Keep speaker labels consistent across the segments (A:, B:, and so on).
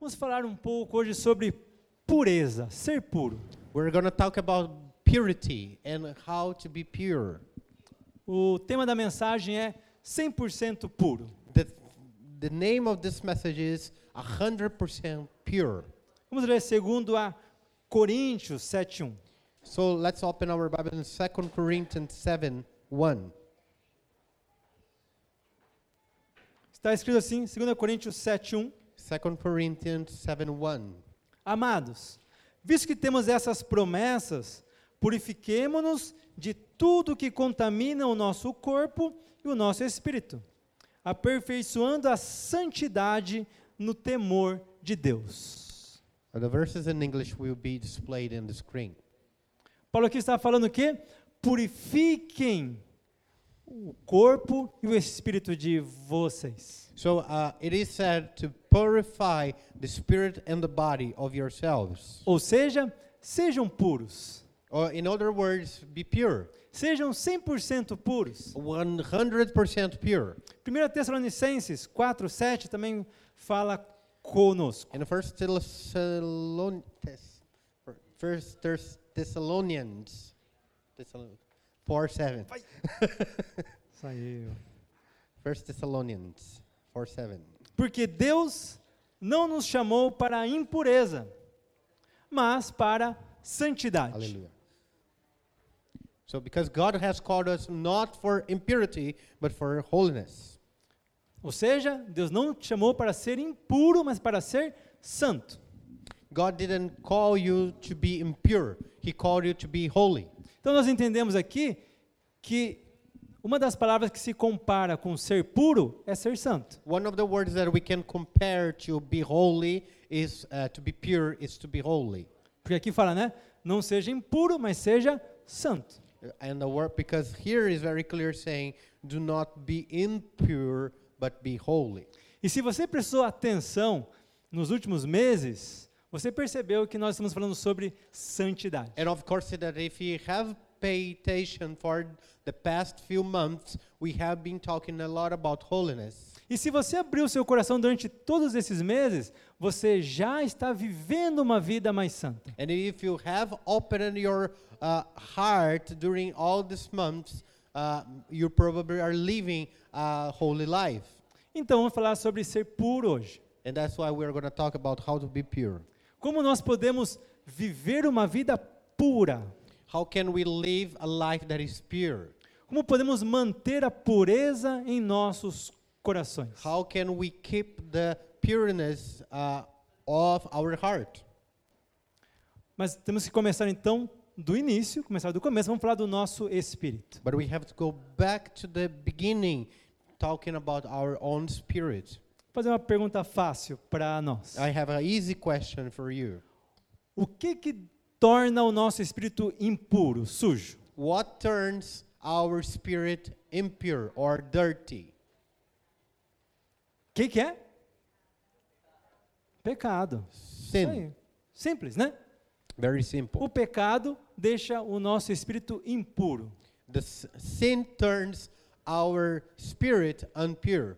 A: Vamos falar um pouco hoje sobre pureza, ser puro.
B: We're going to talk about purity and how to be pure.
A: O tema da mensagem é 100% puro.
B: The, the name of this message is 100% pure.
A: Vamos ler segundo a Coríntios 7:1.
B: So let's open our Bible in 2 Corinthians 7 1.
A: Está escrito assim, 2 Coríntios 7:1.
B: 2 Corinthians 7 1.
A: Amados, visto que temos essas promessas, purifiquemo-nos de tudo que contamina o nosso corpo e o nosso espírito, aperfeiçoando a santidade no temor de Deus.
B: The verses in English will be displayed in the screen.
A: Paulo aqui está falando o quê? Purifiquem o corpo e o espírito de vocês.
B: So uh, it is said to purify the spirit and the body of yourselves.
A: Ou seja, sejam puros.
B: Or, in other words, be pure.
A: Sejam 100% puros.
B: 100% pure.
A: 1 Tessalonicenses 4, 7 também fala conosco.
B: In First Thessalon- Thess- First Thess- Thessalonians, Thessalonians 4 7.
A: Saiu.
B: First Thessalonians 4 7.
A: Porque Deus não nos chamou para a impureza, mas para a santidade.
B: Hallelujah. So, because God has called us not for impurity, but for holiness.
A: Ou seja, Deus não te chamou para ser impuro, mas para ser santo.
B: God didn't call you to be impure, He called you to be holy.
A: Então nós entendemos aqui que uma das palavras que se compara com ser puro é ser santo.
B: One of the words that we can compare to be holy is uh, to be pure, is to be holy.
A: Porque aqui fala, né? Não seja impuro, mas seja santo.
B: And the word, because here is very clear saying, do not be impure, but be holy.
A: E se você prestou atenção nos últimos meses, você percebeu que nós estamos falando sobre santidade.
B: And of course, that if you have paid attention for the past few months, we have been talking a lot about holiness.
A: E se você abriu seu coração durante todos esses meses, você já está vivendo uma vida mais santa.
B: And if you have opened your uh, heart during all these months, uh, you probably are living a holy life.
A: Então vamos falar sobre ser puro hoje.
B: And that's why we're going to talk about how to be pure.
A: Como nós podemos viver uma vida pura?
B: How can we live a life that is pure?
A: Como podemos manter a pureza em nossos corações?
B: How can we keep the pureness uh, of our heart?
A: Mas temos que começar então do início, começar do começo, vamos falar do nosso espírito.
B: But we have to go back to the beginning, talking about our own spirit.
A: Vou fazer uma pergunta fácil para nós.
B: I have an easy question for you.
A: O que que torna o nosso espírito impuro, sujo?
B: What turns our spirit impure or dirty?
A: O que que é? Pecado. Isso
B: Sin.
A: aí. Simples, né?
B: Very
A: O
B: simple.
A: pecado deixa o nosso espírito impuro.
B: The s- sin turns our spirit impure.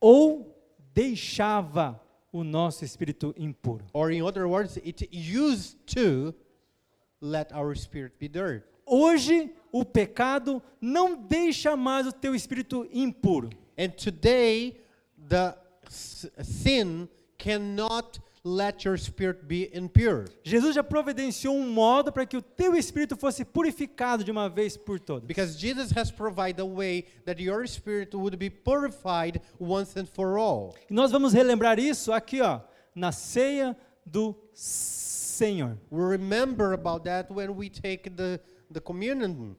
A: Ou deixava o nosso espírito impuro.
B: Or in other words, it used to let our spirit be dirty.
A: Hoje, o pecado não deixa mais o teu espírito impuro.
B: And today, the s- sin cannot let your spirit be impure
A: Jesus já providenciou um modo para que o teu espírito fosse purificado de uma vez por todas.
B: because Jesus has provided a way that your spirit would be purified once and for all.
A: E nós vamos relembrar isso aqui, ó, na ceia do Senhor,
B: We remember about that when we take the, the communion.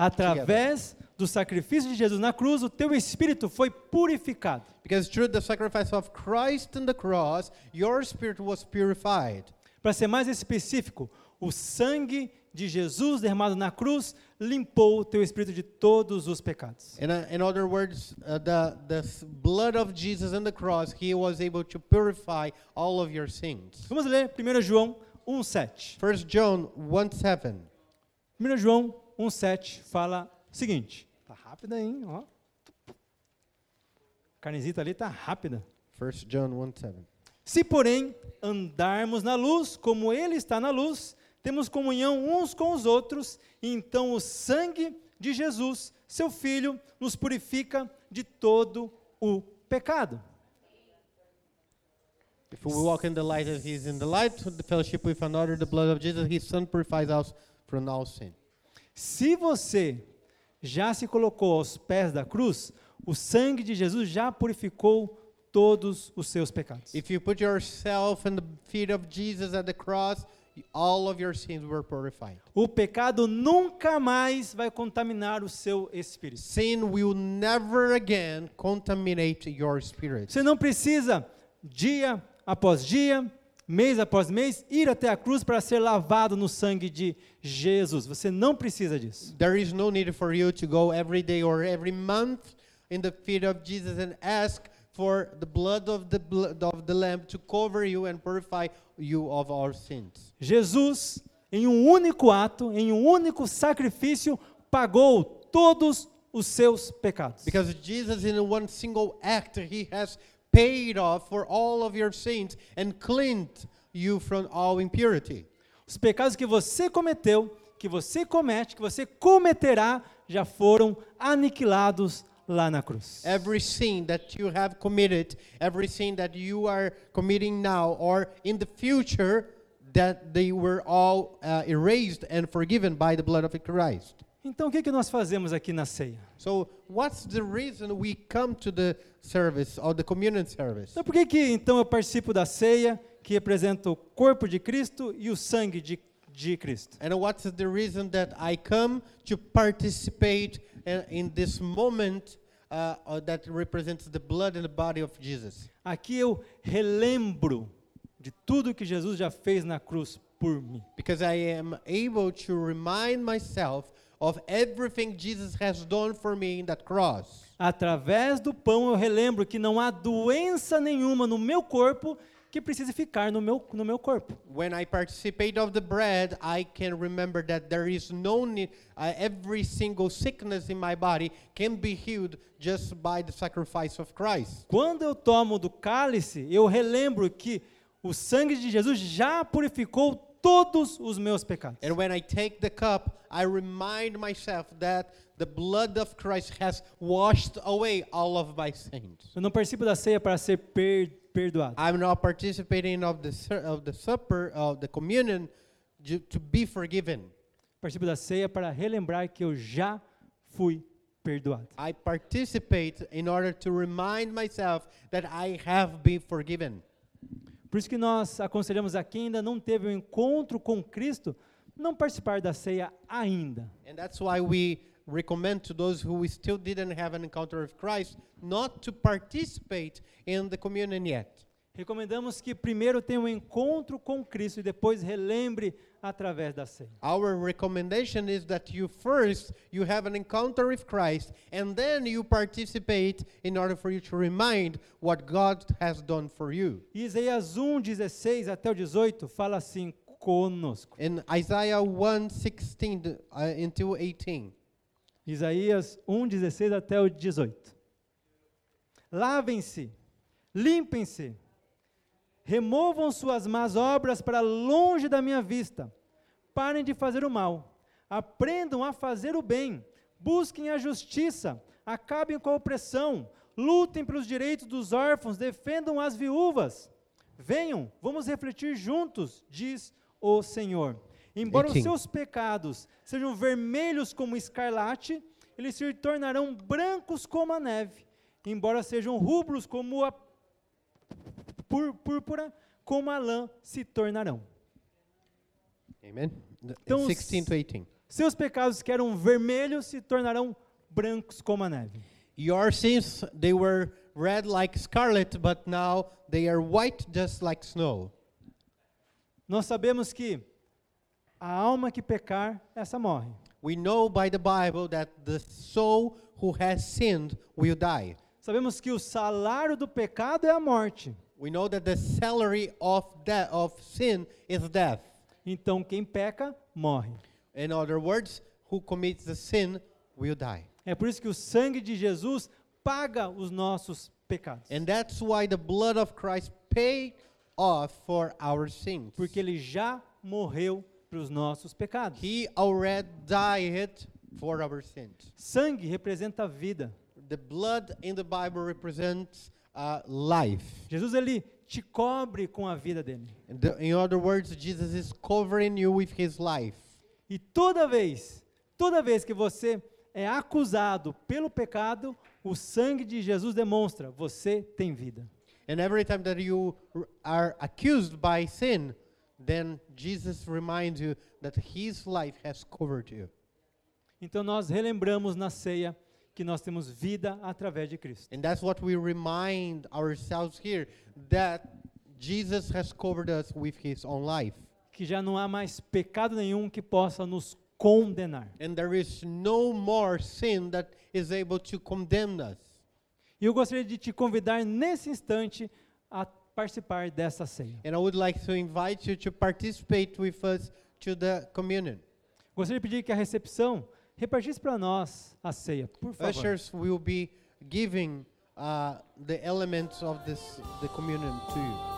A: através do sacrifício de Jesus na cruz, o teu espírito foi purificado.
B: Because through the sacrifice of Christ on the cross, your spirit was purified.
A: Para ser mais específico, o sangue de Jesus derramado na cruz limpou o teu espírito de todos os pecados.
B: In, uh, in other words, uh, the, the s- blood of Jesus on the cross, he was able to purify all of your sins.
A: Vamos ler 1 João 1:7.
B: 1 John 1 7.
A: 1 João 1:7 fala o seguinte: Tá rápida, hein, ó. Carnezita ali tá rápida.
B: 1 John 1 7.
A: Se, porém, andarmos na luz, como Ele está na luz, temos comunhão uns com os outros, e então o sangue de Jesus, seu Filho, nos purifica de todo o pecado.
B: If we walk in the light as he is in the light, the fellowship with another, the blood of Jesus, his son purifies us from all sin.
A: Se você já se colocou aos pés da cruz, o sangue de Jesus já purificou todos os seus pecados.
B: If you put yourself in the feet of Jesus at the cross, all of your sins were purified.
A: O pecado nunca mais vai contaminar o seu espírito.
B: Sin will never again contaminate your spirit.
A: Você não precisa, dia após dia, mês após mês, ir até a cruz para ser lavado no sangue de Jesus. Você não precisa disso.
B: There is no need for you to go every day or every month in the feet of Jesus and ask for the blood of the blood of the lamb to cover you and purify you of our sins.
A: Jesus, em um único ato, em um único sacrifício, pagou todos os seus pecados.
B: Because Jesus, in one single act, he has paid off for all of your sins and cleansed you from all impurity.
A: Os pecados que você cometeu, que você comete, que você cometerá, já foram aniquilados lá na cruz.
B: Every sin that you have committed, every sin that you are committing now or in the future, that they were all uh, erased and forgiven by the blood of Christ.
A: Então o que, que nós fazemos aqui na ceia?
B: So, what's the reason we come to the service or the communion service?
A: Então por que, que então eu participo da ceia que representa o corpo de Cristo e o sangue de, de Cristo?
B: And what's the reason that I come to participate in, in this moment uh, uh, that represents the blood and the body of Jesus?
A: Aqui eu relembro de tudo que Jesus já fez na cruz por mim.
B: Because I am able to remind myself of everything Jesus has done for me in that cross.
A: Através do pão eu relembro que não há doença nenhuma no meu corpo que precise ficar no meu, no meu corpo.
B: When I participate of the bread, I can remember that there is no need, uh, every single sickness in my body can be healed just by the sacrifice of Christ.
A: Quando eu tomo do cálice, eu relembro que o sangue de Jesus já purificou todos os meus pecados.
B: And when I take the cup, I remind myself that the blood of Christ has washed away all of my sins.
A: Eu não participo da ceia para ser per- perdoado.
B: I'm not participating of the su- of the supper of the communion ju- to be forgiven.
A: Participo da ceia para relembrar que eu já fui perdoado.
B: I participate in order to remind myself that I have been forgiven.
A: Por isso que nós aconselhamos a quem ainda não teve um encontro com Cristo, não participar da ceia ainda.
B: And that's why we recommend to those who still didn't have an encounter with Christ not to participate in the communion yet.
A: Recomendamos que primeiro tenha um encontro com Cristo e depois relembre através da ceia.
B: Our recommendation is that you first you have an encounter with Christ and then you participate in order for you to remind what God has done for you.
A: Isaías 1, 16 até o 18 fala assim conosco.
B: In Isaiah 1:16 uh, until 18.
A: Isaías 1, 16 até o 18. Lavem-se, limpem-se, removam suas más obras para longe da minha vista. Parem de fazer o mal, aprendam a fazer o bem, busquem a justiça, acabem com a opressão, lutem pelos direitos dos órfãos, defendam as viúvas. Venham, vamos refletir juntos, diz o Senhor. Embora os
B: Eighteen.
A: seus pecados sejam vermelhos como escarlate, eles se tornarão brancos como a neve. Embora sejam rubros como a púr- púrpura, como a lã se tornarão.
B: Amen. The-
A: Então,
B: 16 to 18.
A: Seus pecados que eram vermelhos se tornarão brancos como a neve.
B: Your sins they were red like scarlet but now they are white just like snow.
A: Nós sabemos que a alma que pecar, essa morre.
B: We know by the Bible that the soul who has sinned will die.
A: Sabemos que o salário do pecado é a morte.
B: We know that the salary of death of sin is death.
A: Então quem peca, morre.
B: In other words, who commits the sin will die.
A: É por isso que o sangue de Jesus paga os nossos pecados.
B: É And that's why the blood of Christ paid off for our sins.
A: porque ele já morreu para os nossos pecados.
B: He already died for our sins.
A: Sangue representa a vida.
B: The blood in the Bible represents uh, life.
A: Jesus ele te cobre com a vida dele.
B: In the- in other words, Jesus is covering you with his life.
A: E toda vez, toda vez que você é acusado pelo pecado, o sangue de Jesus demonstra, você tem vida.
B: And every time that you r- are accused by sin, then Jesus reminds you that his life has covered you.
A: Então nós relembramos na ceia que nós temos vida através de Cristo.
B: And that's what we remind ourselves here that Jesus has covered us with his own life.
A: que já não há mais pecado nenhum que possa nos condenar.
B: And there is no more sin that is able to condemn us.
A: E eu gostaria de te convidar nesse instante a participar dessa ceia.
B: And I would like to invite you to participate with us to the communion.
A: Gostaria de pedir que a recepção repartisse para nós a ceia, por favor.
B: Ushers will be giving uh, the elements of this the communion to you.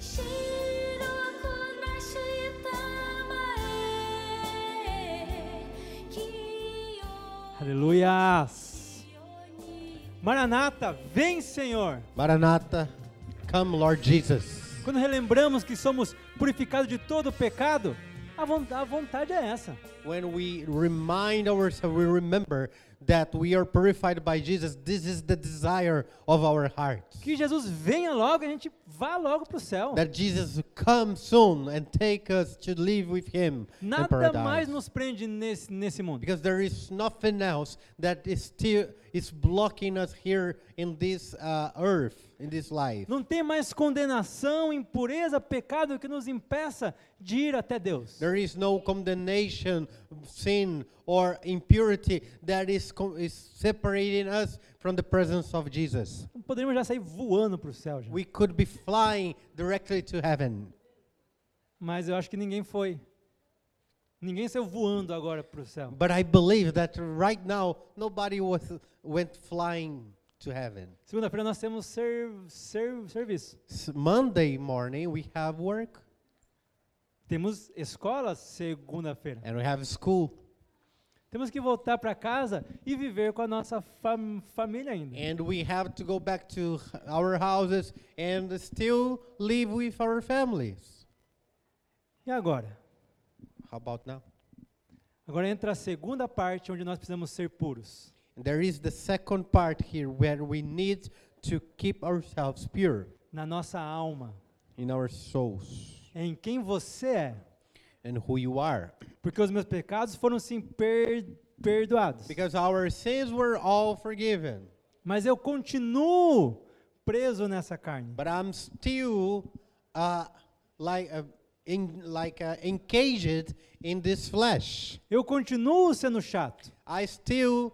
C: 시로운 날씨의 담아에 기억
A: Aleluias!
C: 기억이
A: Maranata, vem Senhor!
B: Maranatha, come Lord Jesus.
A: Quando relembramos que somos purificados de todo o pecado, a, von- a vontade é essa.
B: When we remind ourselves, we remember that we are purified by Jesus. This is the desire of our hearts.
A: Que Jesus venha logo e a gente vá logo para o céu.
B: That Jesus come soon and take us to live with him in
A: Nada mais
B: paradise.
A: nos prende nesse, nesse mundo.
B: Because there is nothing else that is still is blocking us here in this uh, earth, in this life.
A: Não tem mais condenação, impureza, pecado que nos impeça de ir até Deus.
B: There is no condemnation, sin, or impurity that is, co- is separating us from the presence of Jesus.
A: Poderíamos já sair voando para o céu, já.
B: We could be flying directly to heaven,
A: mas eu acho que ninguém foi. Ninguém saiu voando agora para o céu.
B: but I believe that right now nobody was went flying to heaven.
A: Segunda-feira nós temos serv- serv- serviço.
B: S- Monday morning we have work
A: Temos escola segunda-feira.
B: and we have school,
A: Temos que voltar para casa e viver com a nossa fam- família ainda.
B: and we have to go back to h- our houses and still live with our families.
A: E agora?
B: How about now?
A: Agora entra a segunda parte onde nós precisamos ser puros.
B: There is the second part here where we need to keep ourselves pure
A: Na nossa alma.
B: in our souls
A: É em quem você é.
B: and who you are.
A: porque os meus pecados foram sim per- perdoados.
B: Because our sins were all forgiven,
A: Mas eu continuo preso nessa carne.
B: but I'm still uh, like uh, in, like uh, encaged in this flesh.
A: Eu continuo sendo chato.
B: I still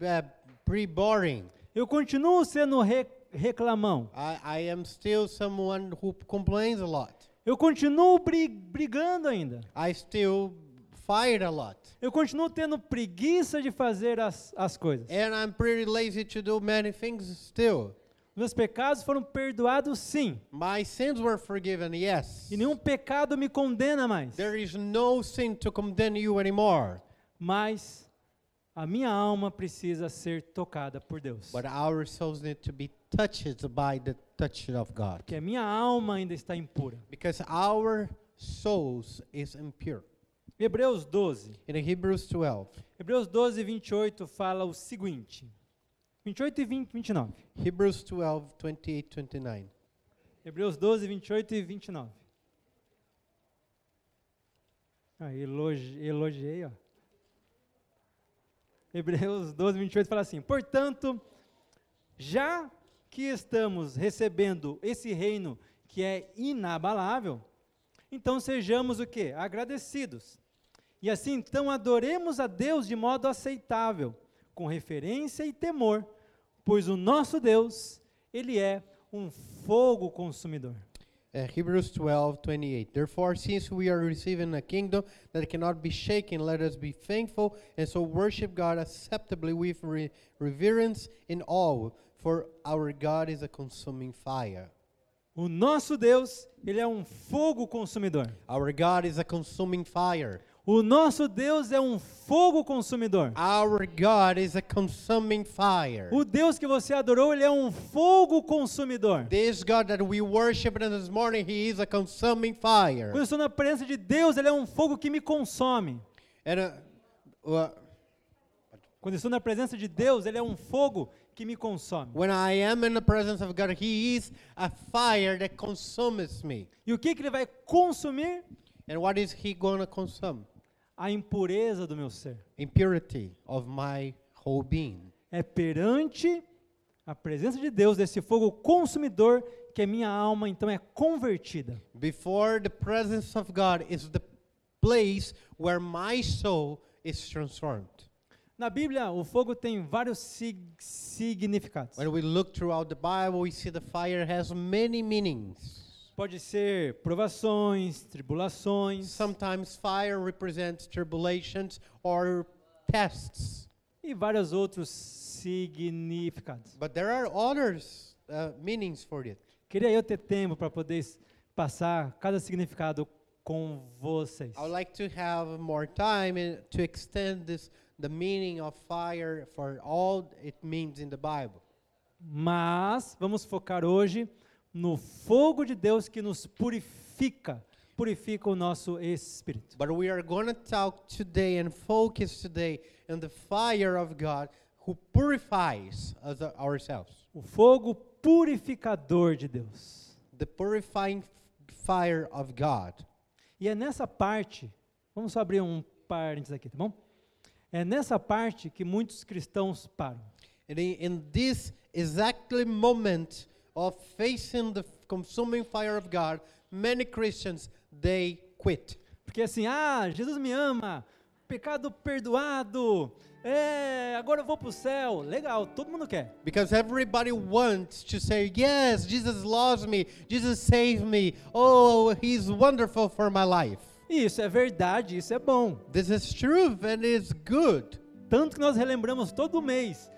B: uh, pretty boring.
A: Eu continuo sendo re- reclamão.
B: I, I am still someone who complains a lot.
A: Eu continuo bri- brigando ainda.
B: I still fight a lot,
A: Eu continuo tendo preguiça de fazer as, as coisas.
B: and I'm pretty lazy to do many things still.
A: Meus pecados foram perdoados, sim.
B: My sins were forgiven, yes.
A: E nenhum pecado me condena mais.
B: There is no sin to condemn you anymore.
A: Mas a minha alma precisa ser tocada por Deus.
B: But our souls need to be touched by the touch of God.
A: Porque a minha alma ainda está impura.
B: Because our souls is impure.
A: Hebreus 12.
B: In Hebrews 12,
A: Hebreus 12, 28 fala o seguinte: 28 e 20, 29.
B: Hebrews 12, 28, 29.
A: Hebreus 12, 28 e 29. Ah, elogi, elogiei, ó. Hebreus 12, 28 fala assim: Portanto, já que estamos recebendo esse reino que é inabalável, então sejamos o quê? Agradecidos. E assim, então, adoremos a Deus de modo aceitável, com referência e temor, pois o nosso Deus, ele é um fogo consumidor.
B: Uh, Hebrews 12, 28. Therefore, since we are receiving a kingdom that cannot be shaken, let us be thankful and so worship God acceptably with re- reverence and awe, for our God is a consuming fire.
A: O nosso Deus, ele é um fogo consumidor.
B: Our God is a consuming fire.
A: O nosso Deus é um fogo consumidor.
B: Our God is a consuming fire.
A: O Deus que você adorou, ele é um fogo consumidor.
B: This God that we worship this morning, He is a consuming fire.
A: Quando eu estou na presença de Deus, ele é um fogo que me consome.
B: And uh, uh,
A: Quando eu estou na presença de Deus, ele é um fogo que me consome.
B: when I am in the presence of God, He is a fire that consumes me.
A: E o que, que ele vai consumir?
B: And what is He gonna consume?
A: A impureza do meu ser.
B: Impurity of my whole being.
A: É perante a presença de Deus, desse fogo consumidor, que a minha alma então é convertida.
B: Before the presence of God is the place where my soul is transformed.
A: Na Bíblia, o fogo tem vários sig- significados.
B: When we look throughout the Bible, we see the fire has many meanings.
A: Pode ser provações, tribulações
B: Sometimes fire represents tribulations or tests,
A: e vários outros significados.
B: but there are others uh, meanings for it.
A: Queria eu ter tempo para poder s- passar cada significado com vocês.
B: I would like to have more time in, to extend this the meaning of fire for all it means in the Bible.
A: Mas vamos focar hoje no fogo de Deus que nos purifica, purifica o nosso espírito.
B: But we are going to talk today and focus today on the fire of God who purifies us, ourselves.
A: O fogo purificador de Deus.
B: The purifying f- fire of God.
A: E é nessa parte, vamos só abrir um parênteses aqui, tá bom? É nessa parte que muitos cristãos param.
B: And in, in this exactly moment of facing the f- consuming fire of God, many Christians they quit.
A: Porque assim, ah, Jesus me ama, pecado perdoado, é, agora eu vou pro céu. Legal, todo mundo quer.
B: Because everybody wants to say, Yes, Jesus loves me, Jesus saved me, oh, he's wonderful for my life.
A: E isso é verdade, isso é bom.
B: This is true and it's good.
A: Tanto que nós relembramos todo mês,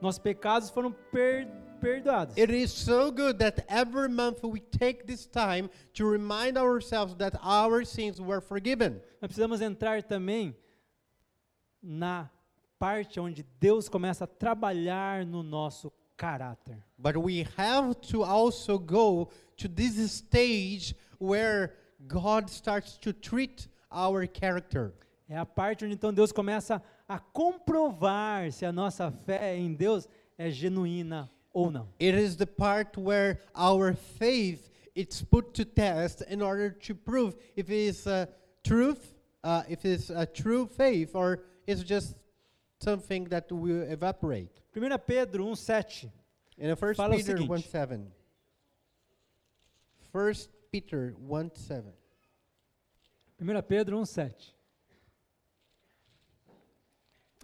A: nossos pecados foram per- perdoados.
B: It is so good that every month we take this time to remind ourselves that our sins were forgiven.
A: Nós precisamos entrar também na parte onde Deus começa a trabalhar no nosso caráter.
B: But we have to also go to this stage where God starts to treat our character.
A: É a parte onde então Deus começa a comprovar se a nossa fé em Deus é genuína ou não.
B: It is the part where our faith it's put to test in order to prove if it is a truth, uh, if it's a true faith, or it's just something that will evaporate.
A: 1 Pedro 1,7.
B: In the First
A: Fala o
B: Peter
A: seguinte.
B: one seven. First Peter one seven.
A: 1 Pedro 1,7.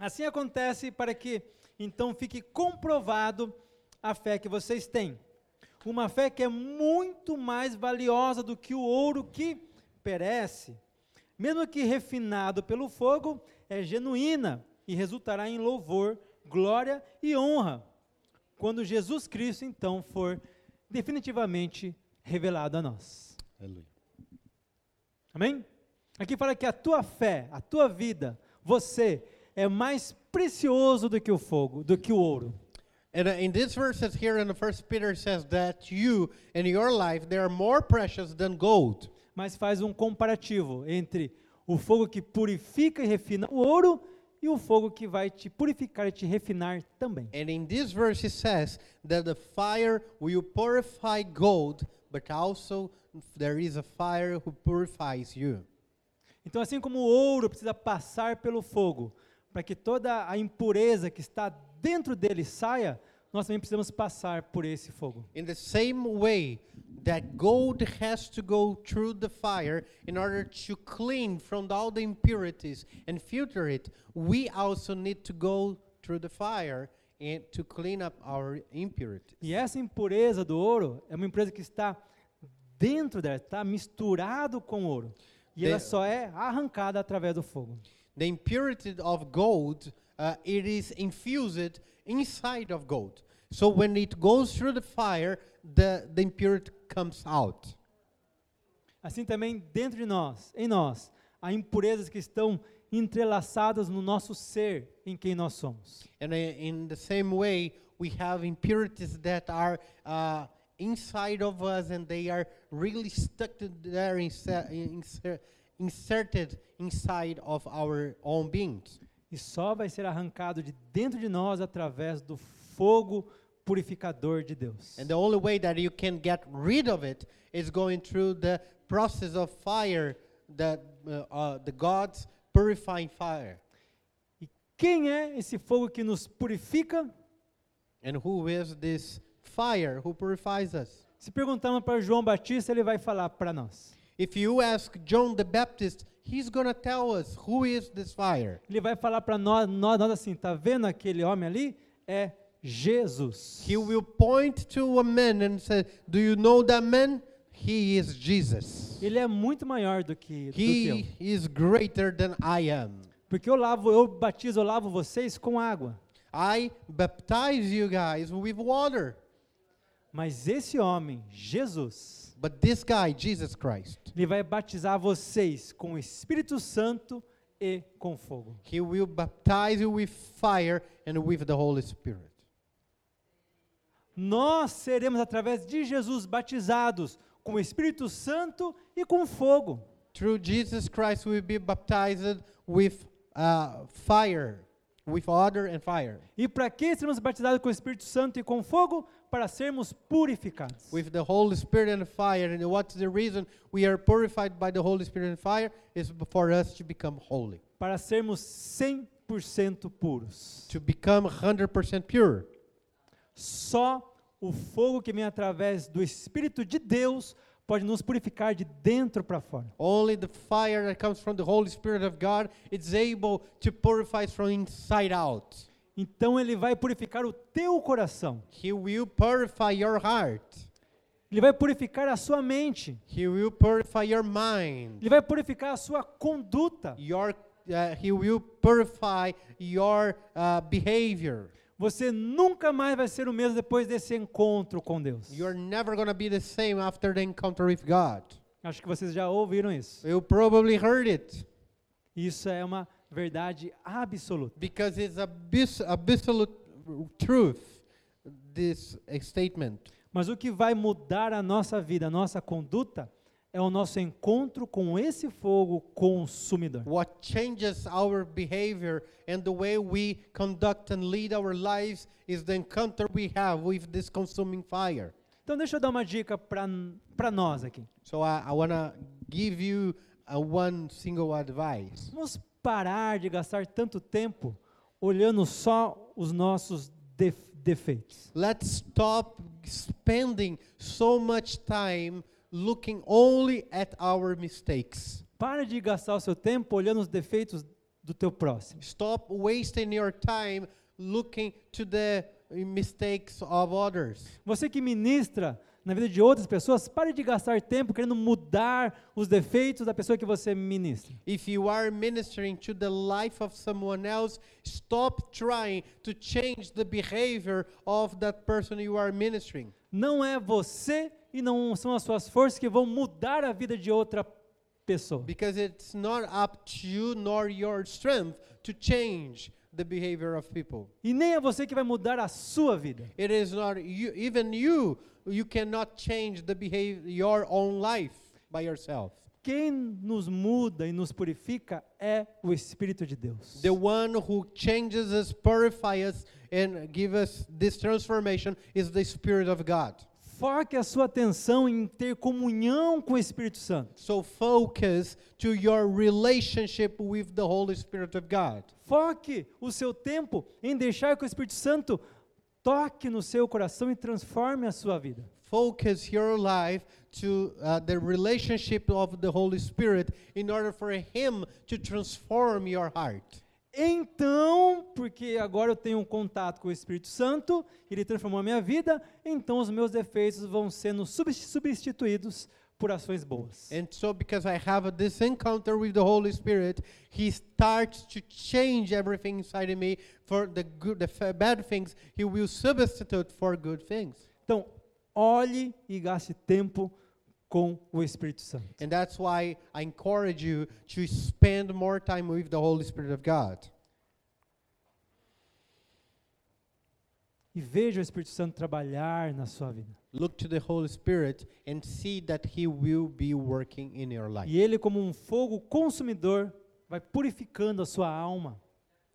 A: Assim acontece para que então fique comprovado a fé que vocês têm. Uma fé que é muito mais valiosa do que o ouro que perece. Mesmo que refinado pelo fogo, é genuína e resultará em louvor, glória e honra, quando Jesus Cristo então for definitivamente revelado a nós. Amém? Aqui fala que a tua fé, a tua vida, você é mais precioso do que o fogo, do que o ouro.
B: And uh, in these verses here in the First Peter says that you and your life they are more precious than gold.
A: Mas faz um comparativo entre o fogo que purifica e refina o ouro e o fogo que vai te purificar e te refinar também.
B: And in this verse it says that the fire will purify gold, but also there is a fire who purifies you.
A: Então, assim como o ouro precisa passar pelo fogo para que toda a impureza que está dentro dele saia, nós também precisamos passar por esse fogo.
B: In the same way that gold has to go through the fire in order to clean from all the impurities and filter it, we also need to go through the fire and to clean up our impurities.
A: E essa impureza do ouro é uma impureza que está dentro dela, está misturado com ouro. E ela
B: De-
A: só é arrancada através do fogo.
B: The impurity of gold, uh, it is infused inside of gold. So when it goes through the fire, the, the impurity comes out.
A: Assim também dentro de nós, em nós, há impurezas que estão entrelaçadas no nosso ser, em quem nós somos.
B: And i- in the same way, we have impurities that are uh, inside of us and they are really stuck to there, inse- inser- inserted inside of our own beings.
A: E só vai ser arrancado de dentro de nós através do fogo purificador de Deus.
B: And the only way that you can get rid of it is going through the process of fire, that uh, uh, the God's purifying fire.
A: E quem é esse fogo que nos purifica?
B: And who is this fire who purifies us?
A: Se perguntarmos para João Batista, ele vai falar para nós.
B: If you ask John the Baptist, he's going to tell us who is this fire.
A: Ele vai falar para nós, nós, nós assim, tá vendo aquele homem ali? É Jesus.
B: He will point to a man and say, Do you know that man? He is Jesus.
A: Ele é muito maior do que, do que eu.
B: He is greater than I am.
A: Porque eu lavo, eu batizo, eu lavo vocês com água.
B: I baptize you guys with water.
A: Mas esse homem, Jesus,
B: But this guy, Jesus Christ,
A: ele vai batizar vocês com o Espírito Santo e com fogo.
B: he will baptize you with fire and with the Holy Spirit.
A: Nós seremos, através de Jesus, batizados com o Espírito Santo e com fogo.
B: Through Jesus Christ, we will be baptized with uh, fire, with water and fire,
A: E para que seremos batizados com o Espírito Santo e com fogo? Para sermos purificados.
B: with the Holy Spirit and fire. And what's the reason we are purified by the Holy Spirit and fire? Is for us to become holy,
A: Para sermos 100% puros.
B: to become 100% pure.
A: Só o fogo que vem através do Espírito de Deus pode nos purificar de dentro para fora.
B: Only the fire that comes from the Holy Spirit of God is able to purify us from inside out.
A: Então ele vai purificar o teu coração.
B: He will purify your heart.
A: Ele vai purificar a sua mente.
B: He will purify your mind.
A: Ele vai purificar a sua conduta.
B: Your, uh, he will purify your uh, behavior.
A: Você nunca mais vai ser o mesmo depois desse encontro com Deus.
B: You're never going to be the same after the encounter with God.
A: Acho que vocês já ouviram isso.
B: You probably heard it
A: Isso é uma verdade absoluta.
B: because it's abs- absolute truth, this uh, statement.
A: Mas o que vai mudar a nossa vida, a nossa conduta, é o nosso encontro com esse fogo consumidor.
B: What changes our behavior and the way we conduct and lead our lives is the encounter we have with this consuming fire.
A: Então deixa eu dar uma dica para nós aqui.
B: So I, I want to give you uh, one single advice.
A: Vamos parar de gastar tanto tempo olhando só os nossos def- defeitos.
B: Let's stop spending so much time looking only at our mistakes.
A: Para de gastar o seu tempo olhando os defeitos do teu próximo.
B: Stop wasting your time looking to the uh, mistakes of others.
A: Você que ministra na vida de outras pessoas, pare de gastar tempo querendo mudar os defeitos da pessoa que você ministra.
B: If you are ministering to the life of someone else, stop trying to change the behavior of that person you are ministering.
A: Não é você e não são as suas forças que vão mudar a vida de outra pessoa.
B: Because it's not up to you nor your strength to change the behavior of people.
A: E nem é você que vai mudar a sua vida.
B: It is not you, even you, you cannot change the behavior, your own life by yourself.
A: Quem nos muda e nos purifica é o Espírito de Deus.
B: The one who changes us, purifies us, and give us this transformation is the Spirit of God.
A: Foque a sua atenção em ter comunhão com o Espírito Santo.
B: So focus to your relationship with the Holy Spirit of God.
A: Foque o seu tempo em deixar que o Espírito Santo toque no seu coração e transforme a sua vida.
B: Focus your life to uh, the relationship of the Holy Spirit in order for Him to transform your heart.
A: Então, porque agora eu tenho um contato com o Espírito Santo, ele transformou a minha vida, então os meus defeitos vão sendo subs- substituídos por ações boas.
B: And so, because I have this encounter with the Holy Spirit, He starts to change everything inside of me for the good, the f- bad things. He will substitute for good things.
A: Então, olhe e gaste tempo com o Espírito Santo.
B: And that's why I encourage you to spend more time with the Holy Spirit of God.
A: E veja o Espírito Santo trabalhar na sua vida.
B: Look to the Holy Spirit and see that He will be working in your life.
A: E ele, como um fogo consumidor, vai purificando a sua alma.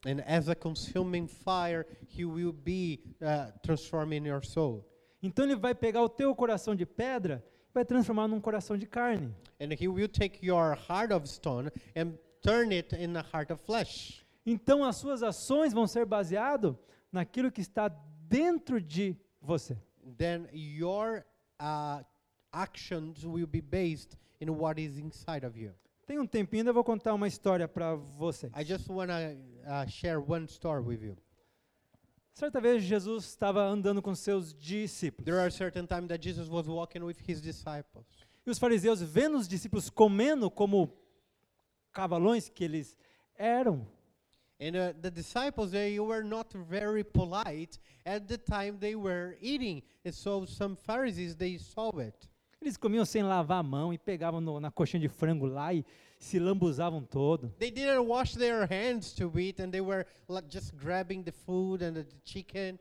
B: And as a consuming fire, He will be uh, transforming your soul.
A: Então ele vai pegar o teu coração de pedra e vai transformar num coração de carne.
B: And He will take your heart of stone and turn it in a heart of flesh.
A: Então as suas ações vão ser baseado naquilo que está dentro de você.
B: Then your uh, actions will be based in what is inside of you.
A: Tem um tempinho, ainda vou contar uma história para vocês.
B: I just want to uh, share one story with you.
A: Certa vez Jesus estava andando com seus discípulos.
B: There are certain times that Jesus was walking with his disciples.
A: E os fariseus, vendo os discípulos comendo como cavalões que eles eram,
B: And uh, the disciples, they were not very polite at the time they were eating. And so some Pharisees, they saw it.
A: eles comiam sem lavar a mão e pegavam no- na coxinha de frango lá e se lambuzavam todo.
B: They didn't wash their hands to eat, and they were like just grabbing the food and the chicken.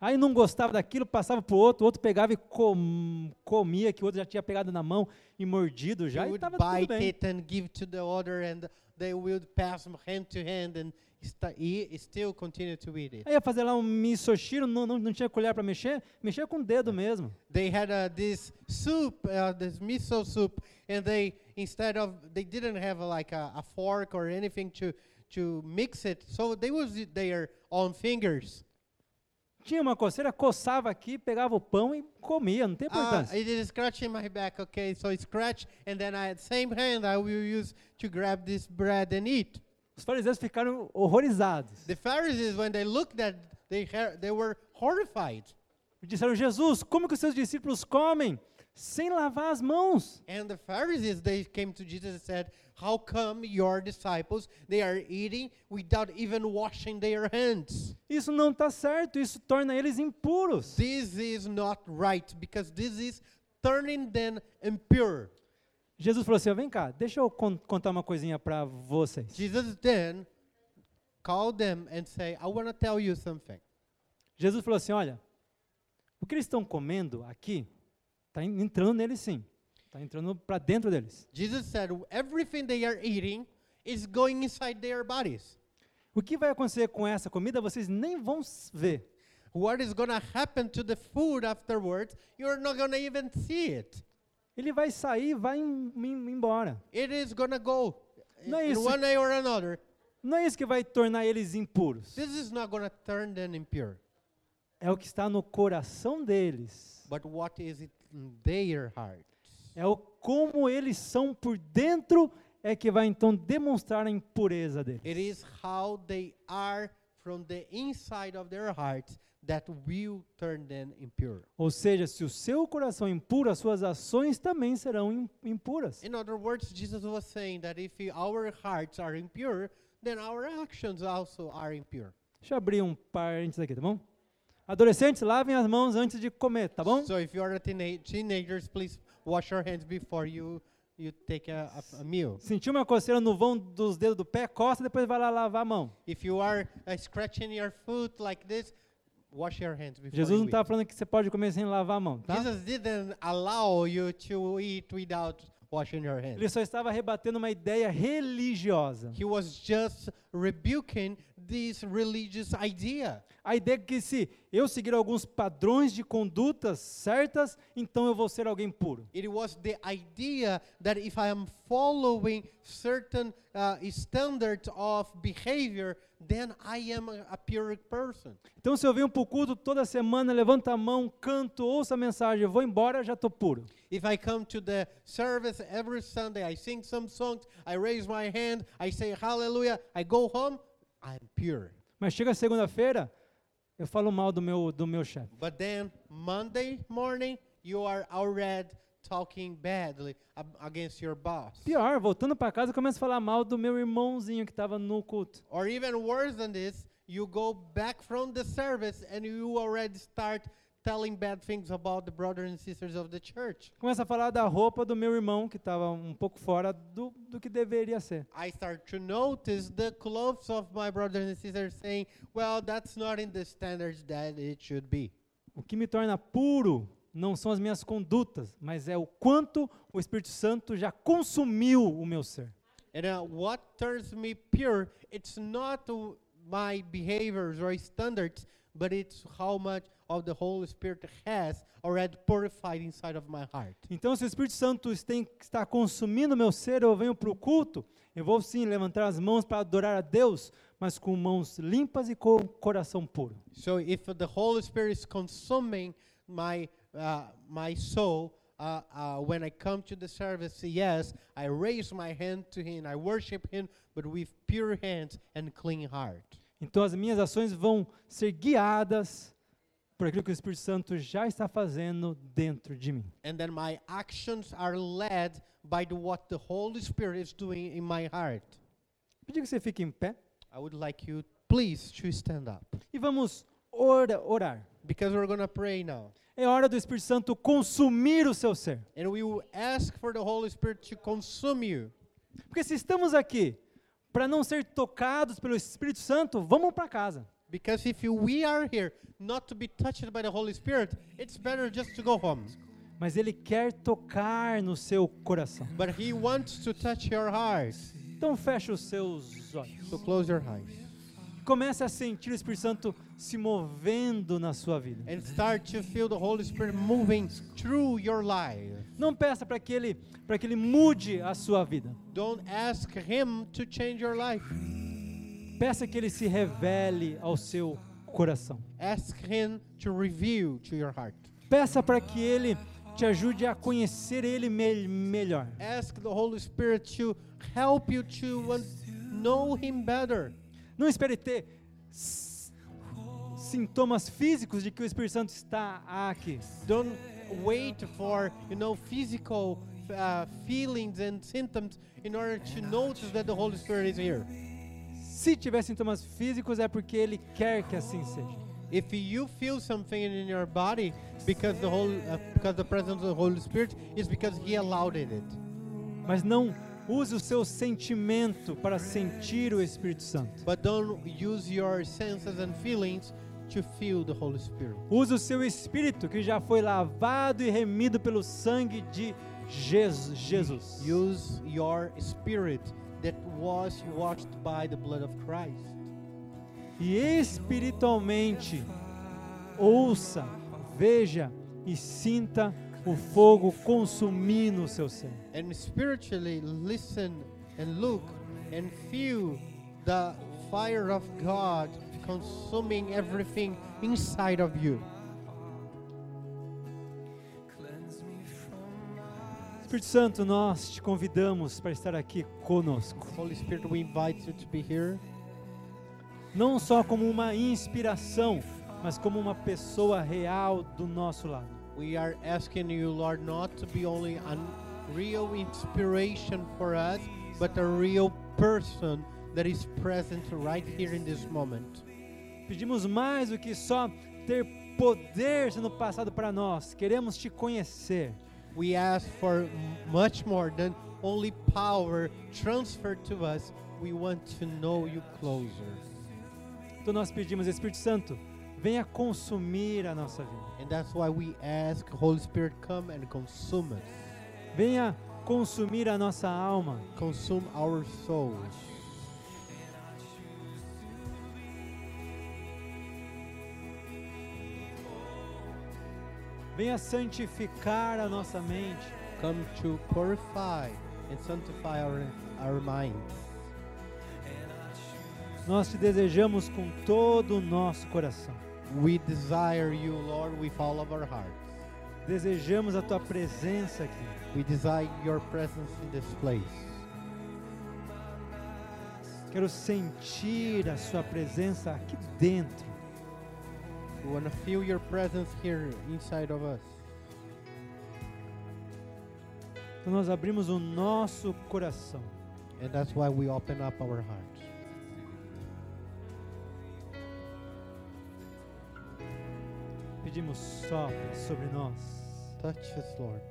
A: Aí um não gostava daquilo, passava pro outro, o outro pegava e com- comia, que o outro já tinha pegado na mão e mordido já,
B: they
A: e
B: would
A: estava tudo
B: bite
A: bem.
B: it and give to the other, and they would pass from hand to hand and sta- eat, still continue to eat it.
A: Aí ia fazer lá um misoshiro, não, não, não tinha colher para mexer, mexia com o dedo mesmo.
B: they had uh, this soup, uh, this miso soup, and they instead of they didn't have uh, like a, a fork or anything to to mix it, so they was it their own fingers.
A: Tinha uma coceira, coçava aqui, pegava o pão e comia, não tem
B: Ah,
A: importância.
B: it is scratching my back. Okay, so it's scratch, and then I same hand I will use to grab this bread and eat.
A: Os fariseus ficaram horrorizados.
B: The Pharisees, when they looked at, they hear- they were horrified,
A: E Disseram, Jesus, como que os seus discípulos comem sem lavar as mãos?
B: and the Pharisees they came to Jesus and said, "How come your disciples they are eating without even washing their hands?"
A: Isso não está certo, isso torna eles impuros.
B: this is not right because this is turning them impure.
A: Jesus falou assim, ó, vem cá, deixa eu con- contar uma coisinha para vocês.
B: Jesus then called them and say, "I want to tell you something."
A: Jesus falou assim, olha, o que eles estão comendo aqui, está entrando neles sim, está entrando para dentro deles.
B: Jesus said, "Everything they are eating is going inside their bodies.
A: O que vai acontecer com essa comida, vocês nem vão s- ver.
B: What is going to happen to the food afterwards? You're not going to even see it.
A: Ele vai sair e vai em- em- embora.
B: It is going to go in-
A: Não é
B: in
A: isso.
B: one way or another.
A: Não é isso que vai tornar eles impuros.
B: This is not going to turn them impure,
A: É o que está no coração deles.
B: but what is it in their hearts?"
A: É o como eles são por dentro é que vai então demonstrar a impureza
B: It
A: deles.
B: is how they are from the inside of their hearts that will turn them impure.
A: Ou seja, se o seu coração é impuro, as suas ações também serão im- impuras.
B: In other words, Jesus was saying that if we- our hearts are impure, then our actions also are impure.
A: Deixa eu abrir um parênteses aqui, tá bom? Adolescentes, lavem as mãos antes de comer, tá bom?
B: So if you are a teenage teenagers, please wash your hands before you you take a, a, a meal.
A: Sentiu uma coceira no vão dos dedos do pé, costa, depois vai lá lavar a mão.
B: If you are uh, scratching your foot like this, wash your hands before
A: Jesus não
B: you
A: estava
B: eat.
A: falando que você pode comer sem lavar a mão, tá?
B: Jesus didn't allow you to eat without washing your hands.
A: Ele só estava rebatendo uma ideia religiosa.
B: He was just rebuking this religious idea.
A: A ideia é que se eu seguir alguns padrões de condutas certas, então eu vou ser alguém puro.
B: It was the idea that if I am following certain uh, standards of behavior, then I am a, a pure person.
A: Então se eu venho para o culto toda semana, levanto a mão, canto, ouço a mensagem, eu vou embora, já estou puro.
B: If I come to the service every Sunday, I sing some songs, I raise my hand, I say hallelujah, I go home, I'm pure.
A: Mas chega segunda-feira, eu falo mal do meu, do meu chefe.
B: But then Monday morning, you are already talking badly ab- against your boss.
A: Pior, voltando para casa, eu começo a falar mal do meu irmãozinho que estava no culto.
B: Or even worse than this, you go back from the service and you already start telling bad things about the brothers and sisters of the church.
A: Começa a falar da roupa do meu irmão, que estava um pouco fora do, do que deveria ser.
B: I start to notice the clothes of my brothers and sisters saying, well, that's not in the standards that it should be.
A: O que me torna puro não são as minhas condutas, mas é o quanto o Espírito Santo já consumiu o meu ser.
B: And uh, what turns me pure, it's not uh, my behaviors or standards, but it's how much of the Holy Spirit has already purified inside of my heart.
A: Então, se o Espírito Santo tem- está consumindo o meu ser, eu venho para o culto, eu vou sim levantar as mãos para adorar a Deus, mas com mãos limpas e com o coração puro.
B: So if the Holy Spirit is consuming my uh, my soul, uh, uh, when I come to the service, yes, I raise my hand to Him, I worship Him, but with pure hands and clean heart.
A: Então, as minhas ações vão ser guiadas por aquilo que o Espírito Santo já está fazendo dentro de mim.
B: And then my actions are led by the, what the Holy Spirit is doing in my heart.
A: Pedir que você fique em pé
B: I would like you, please, to stand up
A: e vamos ora- orar.
B: because we're gonna pray now,
A: É hora do Espírito Santo consumir o seu ser.
B: and we will ask for the Holy Spirit to consume you.
A: Porque se estamos aqui para não ser tocados pelo Espírito Santo, vamos para casa.
B: Because if you, we are here not to be touched by the Holy Spirit, it's better just to go home.
A: Mas Ele quer tocar no seu coração.
B: But He wants to touch your heart.
A: Então feche os seus olhos.
B: So close your eyes
A: Comece a sentir o Espírito Santo se movendo na sua vida.
B: and start to feel the Holy Spirit moving through your life.
A: Não peça para que ele para que ele mude a sua vida.
B: Don't ask Him to change your life.
A: Peça que ele se revele ao seu coração.
B: Ask Him to reveal to your heart.
A: Peça para que ele te ajude a conhecer ele me- melhor.
B: Ask the Holy Spirit to help you to un- know Him better.
A: Não espere ter s- sintomas físicos de que o Espírito Santo está aqui.
B: Don't wait for you know physical uh, feelings and symptoms in order to notice that the Holy Spirit is here.
A: Se tiver sintomas físicos, é porque ele quer que assim seja.
B: If you feel something in your body because the whole uh, because the presence of the Holy Spirit is because He allowed it.
A: Mas não use o seu sentimento para sentir o Espírito Santo.
B: But don't use your senses and feelings to feel the Holy Spirit.
A: Use o seu espírito que já foi lavado e remido pelo sangue de Jesus. Jesus.
B: Use your spirit that was washed by the blood of Christ.
A: E espiritualmente, ouça, veja e sinta o fogo consumir no seu ser.
B: and spiritually listen and look and feel the fire of God consuming everything inside of you.
A: Espírito Santo, nós te convidamos para estar aqui conosco,
B: Holy Spirit, we invite you to be here,
A: não só como uma inspiração, mas como uma pessoa real do nosso lado.
B: we are asking you, Lord, not to be only a real inspiration for us, but a real person that is present right here in this moment.
A: Pedimos mais do que só ter poder sendo passado para nós, queremos te conhecer.
B: We ask for much more than only power transferred to us. We want to know you closer.
A: Então nós pedimos, Espírito Santo, venha consumir a nossa vida,
B: And that's why we ask Holy Spirit come and consume us.
A: venha consumir a nossa alma.
B: Consume our souls.
A: Venha santificar a nossa mente.
B: Come to purify and sanctify our our minds.
A: Nós te desejamos com todo o nosso coração.
B: We desire you, Lord, with all of our hearts.
A: Desejamos a tua presença aqui.
B: We desire your presence in this place.
A: Quero sentir a sua presença aqui dentro.
B: We want to feel your presence here inside of us.
A: Então nós abrimos o nosso coração.
B: And that's why we open up our hearts.
A: Pedimos pedimos, sopra sobre nós.
B: Touch us, Lord.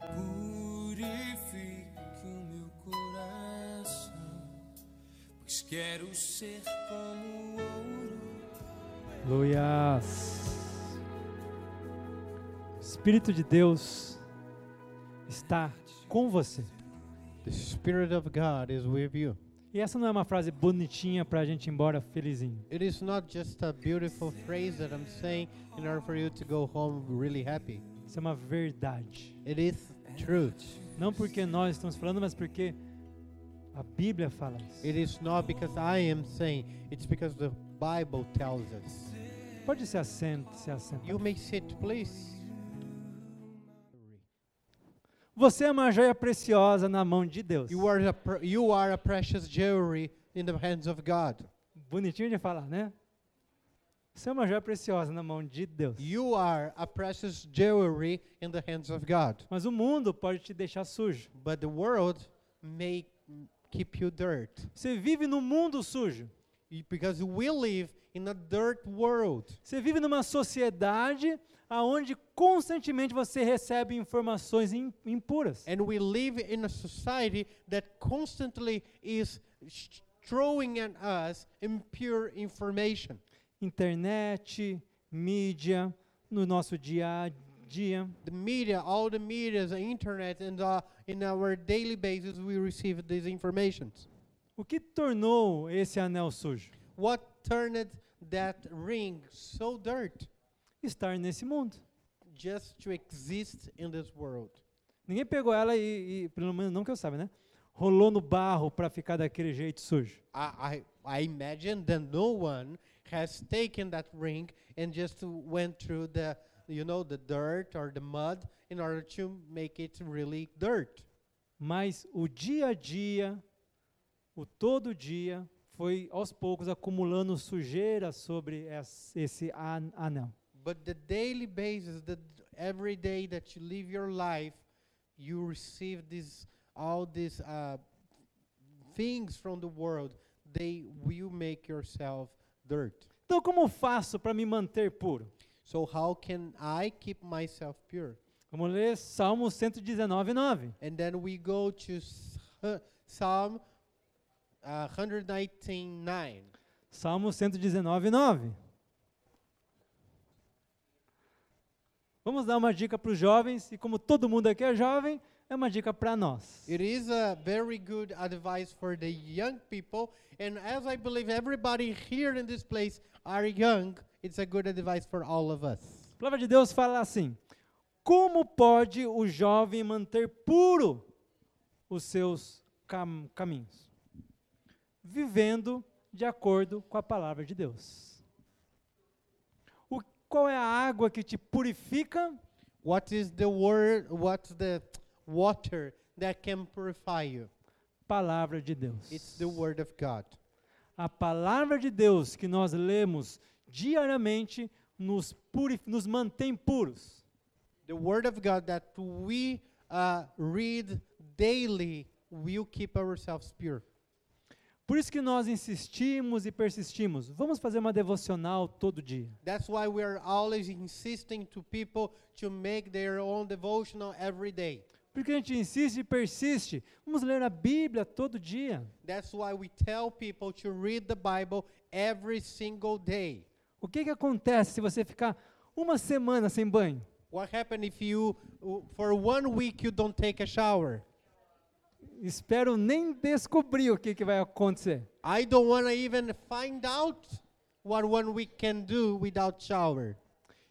D: Purifique o meu coração, pois quero ser como ouro.
A: Aleluias. Espírito de Deus está com você.
B: The Spirit of God is with you.
A: E essa não é uma frase bonitinha para a gente ir embora felizinho.
B: It is not just a beautiful phrase that I'm saying in order for you to go home really happy.
A: Isso é uma verdade.
B: It is truth.
A: Não porque nós estamos falando, mas porque a Bíblia fala isso.
B: It is not because I am saying, it's because the Bible tells us.
A: Pode se assentar, se
B: You
A: assentar.
B: may sit, please.
A: Você é uma joia preciosa na mão de Deus.
B: You are a pr- you are a precious jewelry in the hands of God.
A: Bonitinho de falar, né? Você é uma joia preciosa na mão de Deus.
B: You are a precious jewelry in the hands of God.
A: Mas o mundo pode te deixar sujo.
B: But the world may keep you dirt
A: Você vive num mundo sujo.
B: Y- because we live in a dirt world.
A: Você vive numa sociedade aonde constantemente você recebe informações im- impuras.
B: And we live in a society that constantly is sh- throwing at us impure information.
A: Internet, mídia, no nosso dia a dia.
B: The media, all the media, the internet, and uh, in our daily basis, we receive these informations.
A: O que tornou esse anel sujo?
B: What turned that ring so dirt
A: Estar nesse mundo.
B: just to exist in this world?
A: Ninguém pegou ela e, e, pelo menos não que eu saiba, né? Rolou no barro para ficar daquele jeito sujo.
B: I, I, I imagine that no one has taken that ring and just went through the, you know, the dirt or the mud in order to make it really dirt.
A: Mas o dia a dia, o todo dia, foi aos poucos acumulando sujeira sobre es- esse an- anel.
B: But the daily basis, the d- every day that you live your life, you receive this, all these uh, things from the world. They will make yourself dirt.
A: Então, como faço para me manter puro?
B: So how can I keep myself pure?
A: Vamos ler Salmo 119, 9.
B: And then we go to s- uh, Psalm uh, 119.9.
A: Salmo 119, 9. Vamos dar uma dica para os jovens, e como todo mundo aqui é jovem, é uma dica para nós.
B: It is a very good advice for the young people. And as I believe everybody here in this place are young, it's a good advice for all of us.
A: A palavra de Deus fala assim: Como pode o jovem manter puro os seus cam- caminhos? Vivendo de acordo com a palavra de Deus. O, qual é a água que te purifica?
B: What is the word, what's the water that can purify you?
A: Palavra de Deus.
B: It's the word of God.
A: A palavra de Deus que nós lemos diariamente nos, puri- nos mantém puros.
B: The word of God that we uh, read daily will keep ourselves pure.
A: Por isso que nós insistimos e persistimos. Vamos fazer uma devocional todo dia.
B: That's why we are always insisting to people to make their own devotional every day.
A: Porque a gente insiste e persiste. Vamos ler a Bíblia todo dia.
B: That's why we tell people to read the Bible every single day.
A: O que, que acontece se você ficar uma semana sem banho?
B: What happens if you, w- for one week, you don't take a shower?
A: Espero nem descobrir o que, que vai acontecer.
B: I don't want to even find out what one week can do without shower.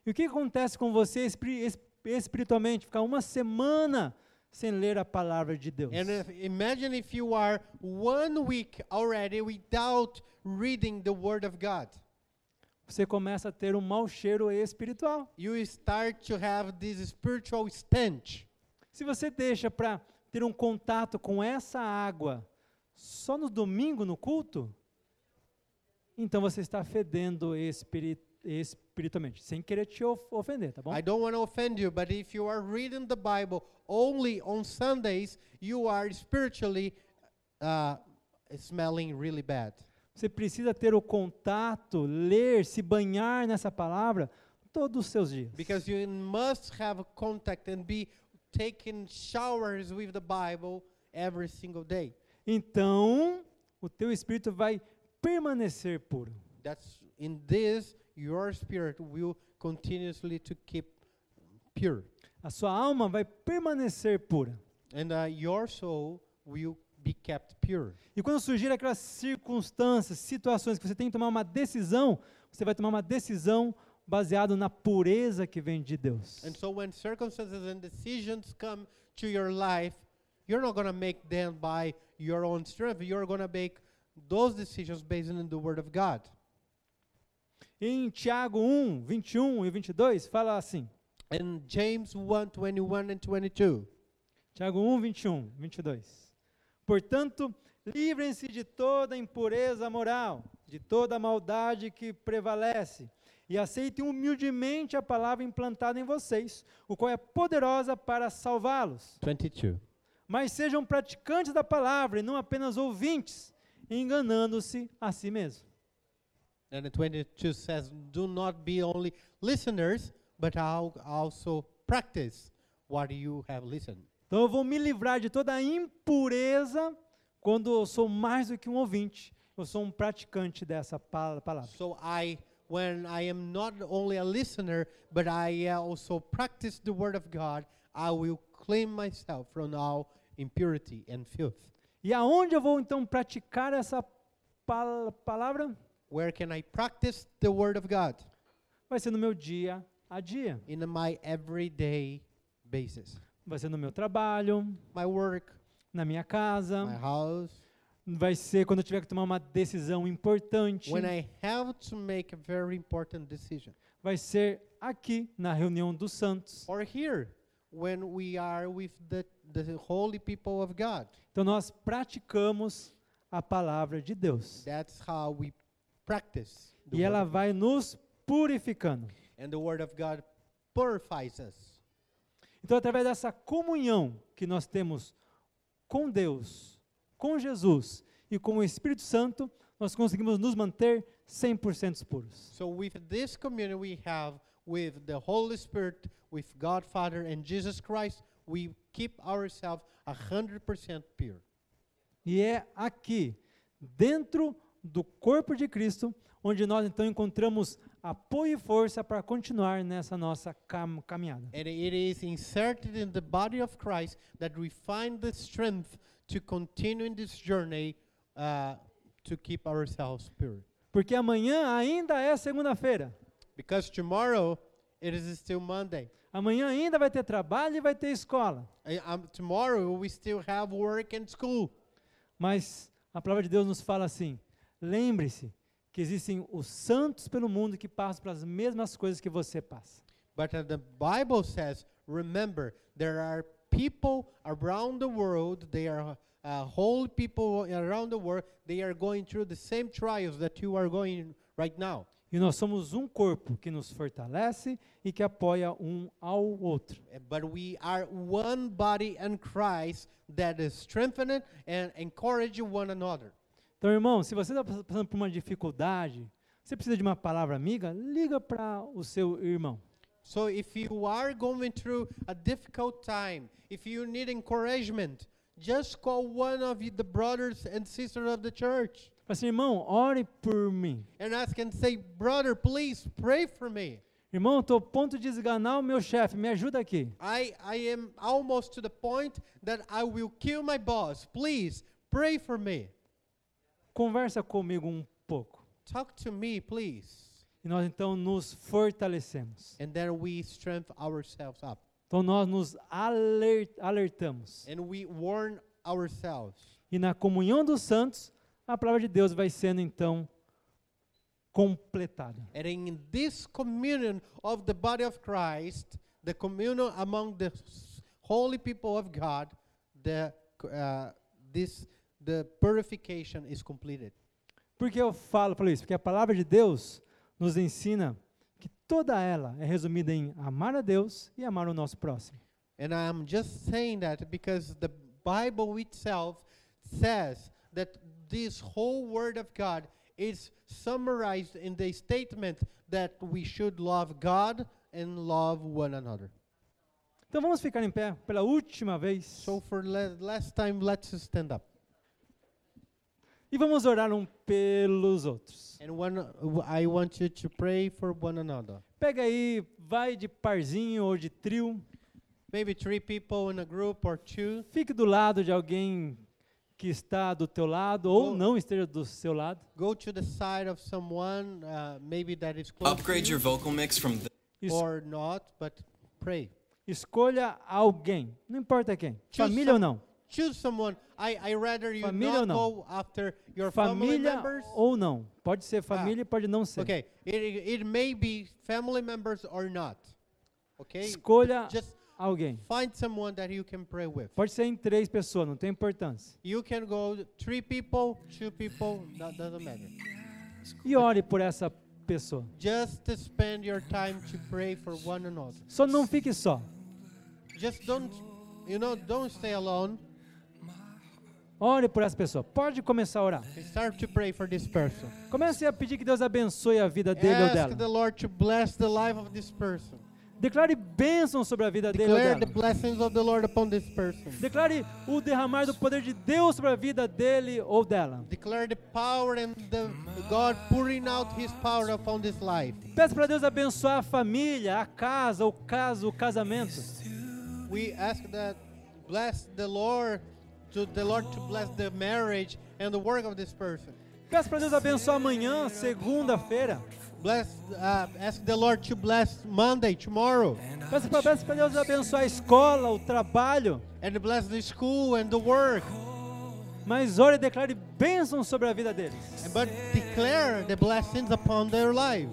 A: E o que acontece com você espri- es- espiritualmente? Ficar uma semana sem ler a palavra de Deus.
B: And if, imagine if you are one week already without reading the Word of God.
A: Você começa a ter um mau cheiro espiritual.
B: You start to have this spiritual stench.
A: Se você deixa para ter um contato com essa água só no domingo no culto, então você está fedendo espiri- espiritualmente, sem querer te of- ofender, tá bom?
B: I don't want to offend you, but if you are reading the Bible only on Sundays, you are spiritually uh, smelling really bad.
A: Você precisa ter o contato, ler, se banhar nessa palavra todos os seus dias.
B: Because you must have contact and be taking showers with the Bible every single day.
A: Então, o teu espírito vai permanecer puro.
B: That's in this your spirit will continuously to keep pure,
A: A sua alma vai permanecer pura.
B: and uh, your soul will be kept pure.
A: E quando surgir aquelas circunstâncias, situações que você tem que tomar uma decisão, você vai tomar uma decisão baseado na pureza que vem de Deus.
B: And so when circumstances and decisions come to your life, you're not going to make them by your own strength. You're going to make those decisions based on the word of God.
A: Em Tiago 1, 21 e 22, fala assim.
B: And James 1, 21 and 22.
A: Tiago 1, 21, 22. Portanto, livrem-se de toda impureza moral, de toda maldade que prevalece, e aceitem humildemente a palavra implantada em vocês, o qual é poderosa para salvá-los.
B: 22.
A: Mas sejam praticantes da palavra e não apenas ouvintes, enganando-se a si mesmo.
B: And the 22 says, Do not be only listeners, but al- also practice what you have listened.
A: Então eu vou me livrar de toda a impureza quando eu sou mais do que um ouvinte, eu sou um praticante dessa pala- palavra.
B: So I, when I am not only a listener, but I uh, also practice the word of God, I will clean myself from all impurity and filth.
A: E aonde eu vou então praticar essa pal- palavra?
B: Where can I practice the word of God?
A: Vai ser no meu dia a dia,
B: In my everyday basis.
A: vai ser no meu trabalho,
B: My work,
A: na minha
B: my
A: casa,
B: house. É.
A: vai ser quando eu tiver que tomar uma decisão importante,
B: When I have to make a very important decision.
A: vai ser aqui na reunião dos santos.
B: or here when we are with the, the holy people of God.
A: Então nós praticamos a palavra de Deus
B: That's how we practice. the
A: e
B: word
A: ela
B: of-
A: vai nos purificando.
B: and the Word of God purifies us.
A: Então através dessa comunhão que nós temos com Deus, com Jesus e com o Espírito Santo, nós conseguimos nos manter 100% puros.
B: So, with this communion we have with the Holy Spirit, with God Father, and Jesus Christ, we keep ourselves 100% pure.
A: E é aqui, dentro do corpo de Cristo, onde nós então encontramos apoio e força para continuar nessa nossa cam- caminhada.
B: And it is inserted in the body of Christ that we find the strength to continue in this journey uh, to keep ourselves pure.
A: Porque amanhã ainda é segunda-feira.
B: Because tomorrow it is still Monday.
A: Amanhã ainda vai ter trabalho e vai ter escola.
B: I, um, tomorrow we still have work and school.
A: Mas a palavra de Deus nos fala assim: lembre-se que existem os santos pelo mundo que passam pelas mesmas coisas que você passa.
B: But uh, the Bible says, remember, there are people around the world, they are uh, whole people around the world, they are going through the same trials that you are going right now.
A: E nós somos um corpo que nos fortalece e que apoia um ao outro.
B: Uh, But we are one body in Christ that is strengthening and encouraging one another.
A: Então, irmão, se você está passando por uma dificuldade, você precisa de uma palavra amiga, liga para o seu irmão.
B: So if you are going through a difficult time, if you need encouragement, just call one of you- the brothers and sisters of the church
A: Fala assim, irmão, ore por mim.
B: and ask and say, "Brother, please pray for me.
A: Irmão, estou a ponto de esganar o meu chefe, me ajuda aqui.
B: I I am almost to the point that I will kill my boss. Please pray for me.
A: Conversa comigo um pouco.
B: Talk to me, please."
A: E nós então nos fortalecemos.
B: And then we strengthen ourselves up
A: Então nós nos aler- alertamos.
B: and we warn ourselves.
A: E na comunhão dos santos, a palavra de Deus vai sendo então completada.
B: And in this communion of the body of Christ, the communion among the s- holy people of God, the uh, this the purification is completed.
A: Por que eu falo, falo isso? Porque a palavra de Deus nos ensina que toda ela é resumida em amar a Deus e amar o nosso próximo.
B: And I'm just saying that because the Bible itself says that this whole word of God is summarized in the statement that we should love God and love one another.
A: Então vamos ficar em pé pela última vez.
B: So for le- last time, let's stand up.
A: E vamos orar um pelos outros.
B: And one, w- I want you to pray for one another.
A: Pega aí, vai de parzinho ou de trio.
B: Maybe three people in a group or two.
A: Fique do lado de alguém que está do teu lado ou
B: Oh.
A: não esteja do seu lado.
B: Go to the side of someone, uh, maybe that is close
E: Upgrade
B: to
E: your
B: you,
E: vocal mix from th-
A: Es-
B: or not, but pray.
A: Escolha alguém, não importa quem,
B: Choose
A: família ou
B: some-
A: não,
B: Choose someone. I I rather you
A: Família ou
B: not
A: não?
B: go after your family
A: família
B: members. Ah,
A: ou não. Pode ser família, pode não ser.
B: Okay, it, it may be family members or not. Okay,
A: Escolha
B: just
A: alguém.
B: find someone that you can pray with.
A: Pode ser em três pessoas, não tem importância.
B: You can go three people, two people, that doesn't matter.
A: E ore por essa pessoa.
B: Just to spend your time to pray for one another.
A: Só não fique só.
B: Just don't, you know, don't stay alone.
A: Ore por essa pessoa. Pode começar a orar.
B: Start to pray for this person.
A: Comece a pedir que Deus abençoe a vida dele ou
B: Ask the
A: dela.
B: Lord to bless the life of this person.
A: Declare bênção sobre a vida dele ou
B: Declare the
A: dela.
B: blessings of the Lord upon this person.
A: Declare o derramar do poder de Deus sobre a vida dele ou dela.
B: Declare the power and the God pouring out His power upon this life.
A: Peça para Deus abençoar a família, a casa, o caso, o casamento.
B: We ask that bless the Lord to the Lord to bless the marriage and the work of this person.
A: Peça para Deus abençoar amanhã, segunda-feira.
B: Bless uh, ask the Lord to bless Monday tomorrow
A: Peça para Deus abençoar a escola, o trabalho.
B: and bless the school and the work.
A: Mas ore e declare bênção sobre a vida deles.
B: But declare the blessings upon their lives.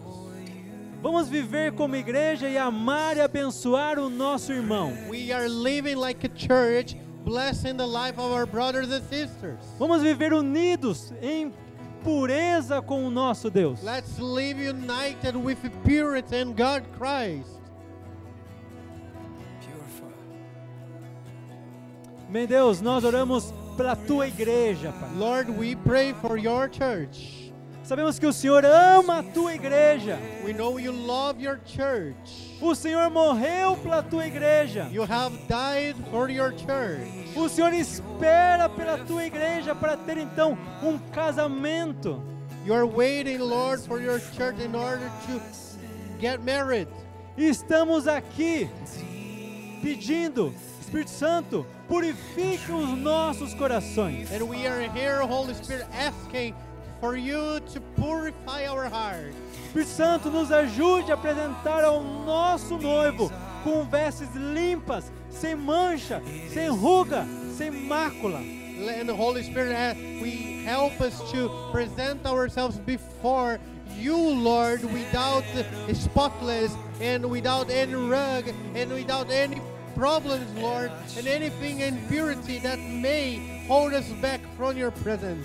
A: Vamos viver como igreja e amar e abençoar o nosso irmão.
B: We are living like a church, blessing the life of our brothers and sisters.
A: Vamos viver unidos em pureza com o nosso Deus.
B: Let's live united with purity and God Christ.
A: Meu Deus, nós oramos pela tua igreja, Pai.
B: Lord, we pray for your church.
A: Sabemos que o Senhor ama a tua igreja.
B: We know you love your church.
A: O Senhor morreu pela tua igreja.
B: You have died for your church.
A: O Senhor espera pela tua igreja para ter então um casamento.
B: You are waiting, Lord, for your church in order to get married.
A: E estamos aqui pedindo, Espírito Santo, purifica os nossos corações.
B: And we are here, Holy Spirit, asking for you to purify our hearts.
A: Espírito Santo, nos ajude a apresentar ao nosso noivo com vestes limpas, sem mancha, sem ruga, sem mácula.
B: And the Holy Spirit, ask, we help us to present ourselves before you, Lord, without spotless and without any rug and without any problems, Lord, and anything impurity that may hold us back from your presence.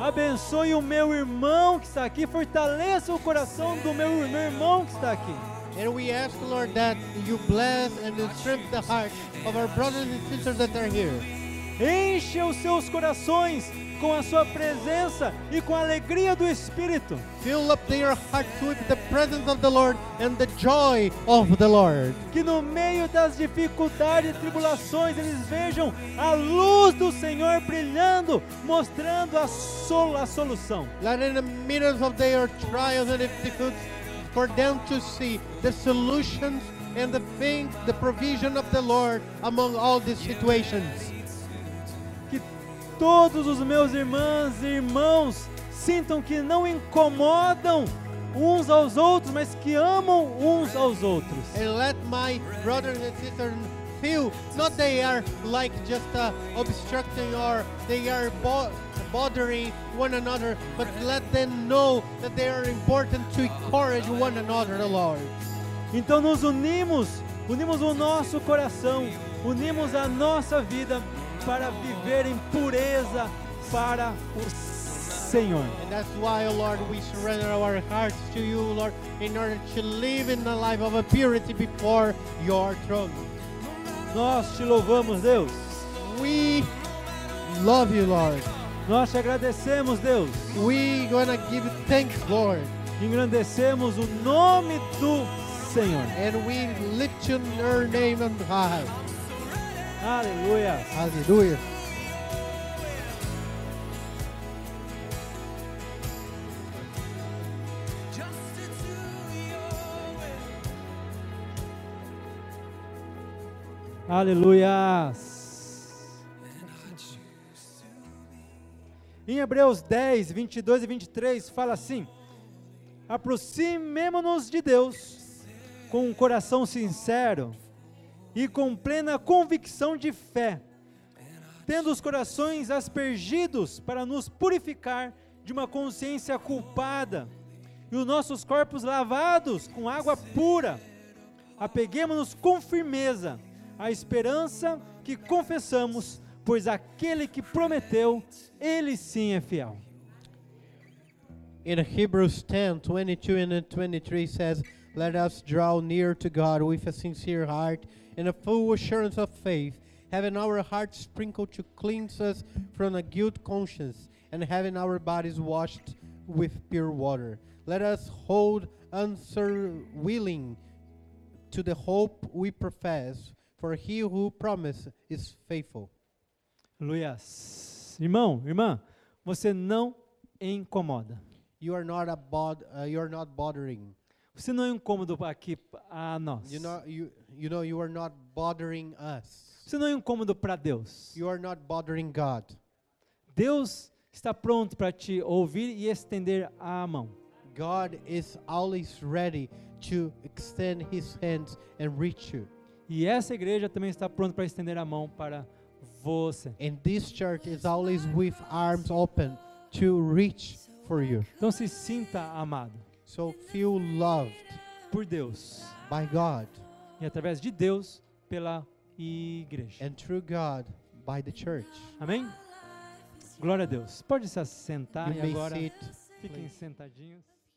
A: Abençoe o meu irmão que está aqui, fortaleça o coração do meu, meu irmão que está aqui.
B: And we ask, Lord, that you bless and strengthen the heart of our brothers and sisters that are here.
A: Encha os seus corações com a sua presença e com a alegria do Espírito.
B: Fill up their hearts with the presence of the Lord and the joy of the Lord.
A: Que no meio das dificuldades e tribulações eles vejam a luz do Senhor brilhando, mostrando a, sol, a solução.
B: Let in the midst of their trials and difficulties, for them to see the solutions and the things, the provision of the Lord among all these situations.
A: Que todos os meus irmãs e irmãos sintam que não incomodam uns aos outros, mas que amam uns aos outros.
B: And let my brothers and sisters feel not they are like just uh, obstructing or they are bo- bothering one another, but let them know that they are important to encourage one another, Lord.
A: Então nos unimos, unimos o nosso coração, unimos a nossa vida para viver em pureza para o Senhor.
B: And that's why, oh Lord, we surrender our hearts to you, Lord, in order to live in the life of a purity before your throne.
A: Nós te louvamos, Deus.
B: We love you, Lord.
A: Nós te agradecemos, Deus.
B: We gonna give thanks, Lord.
A: engrandecemos o nome do Senhor.
B: and we lift your name on high.
A: Aleluia.
B: Hallelujah.
A: Aleluia. Em Hebreus 10, 22 e 23, fala assim: Aproximemo-nos de Deus com um coração sincero e com plena convicção de fé, tendo os corações aspergidos para nos purificar de uma consciência culpada e os nossos corpos lavados com água pura. Apeguemos-nos com firmeza à esperança que confessamos, pois aquele que prometeu, ele sim é fiel.
B: In Hebrews 10 22 and 23 says, Let us draw near to God with a sincere heart and a full assurance of faith, having our hearts sprinkled to cleanse us from a guilt conscience, and having our bodies washed with pure water. Let us hold unsurwilling to the hope we profess, for he who promised is faithful.
A: Luias. Irmão, irmã, você não incomoda.
B: You are not a bod- uh, you are not bothering.
A: Você não é incômodo aqui a nós.
B: You know you you know you are not bothering us.
A: Você não é incômodo para Deus.
B: You are not bothering God.
A: Deus está pronto para te ouvir e estender a mão.
B: God is always ready to extend his hands and reach you.
A: E essa igreja também está pronta para estender a mão para você.
B: And this church is always with arms open to reach for you.
A: Então se sinta amado
B: So feel loved
A: por Deus
B: by God
A: e através de Deus pela igreja.
B: and through God by the church.
A: Amém? Glória a Deus. Pode se assentar
B: You
A: e
B: may
A: agora
B: sit.
A: fiquem sentadinhos.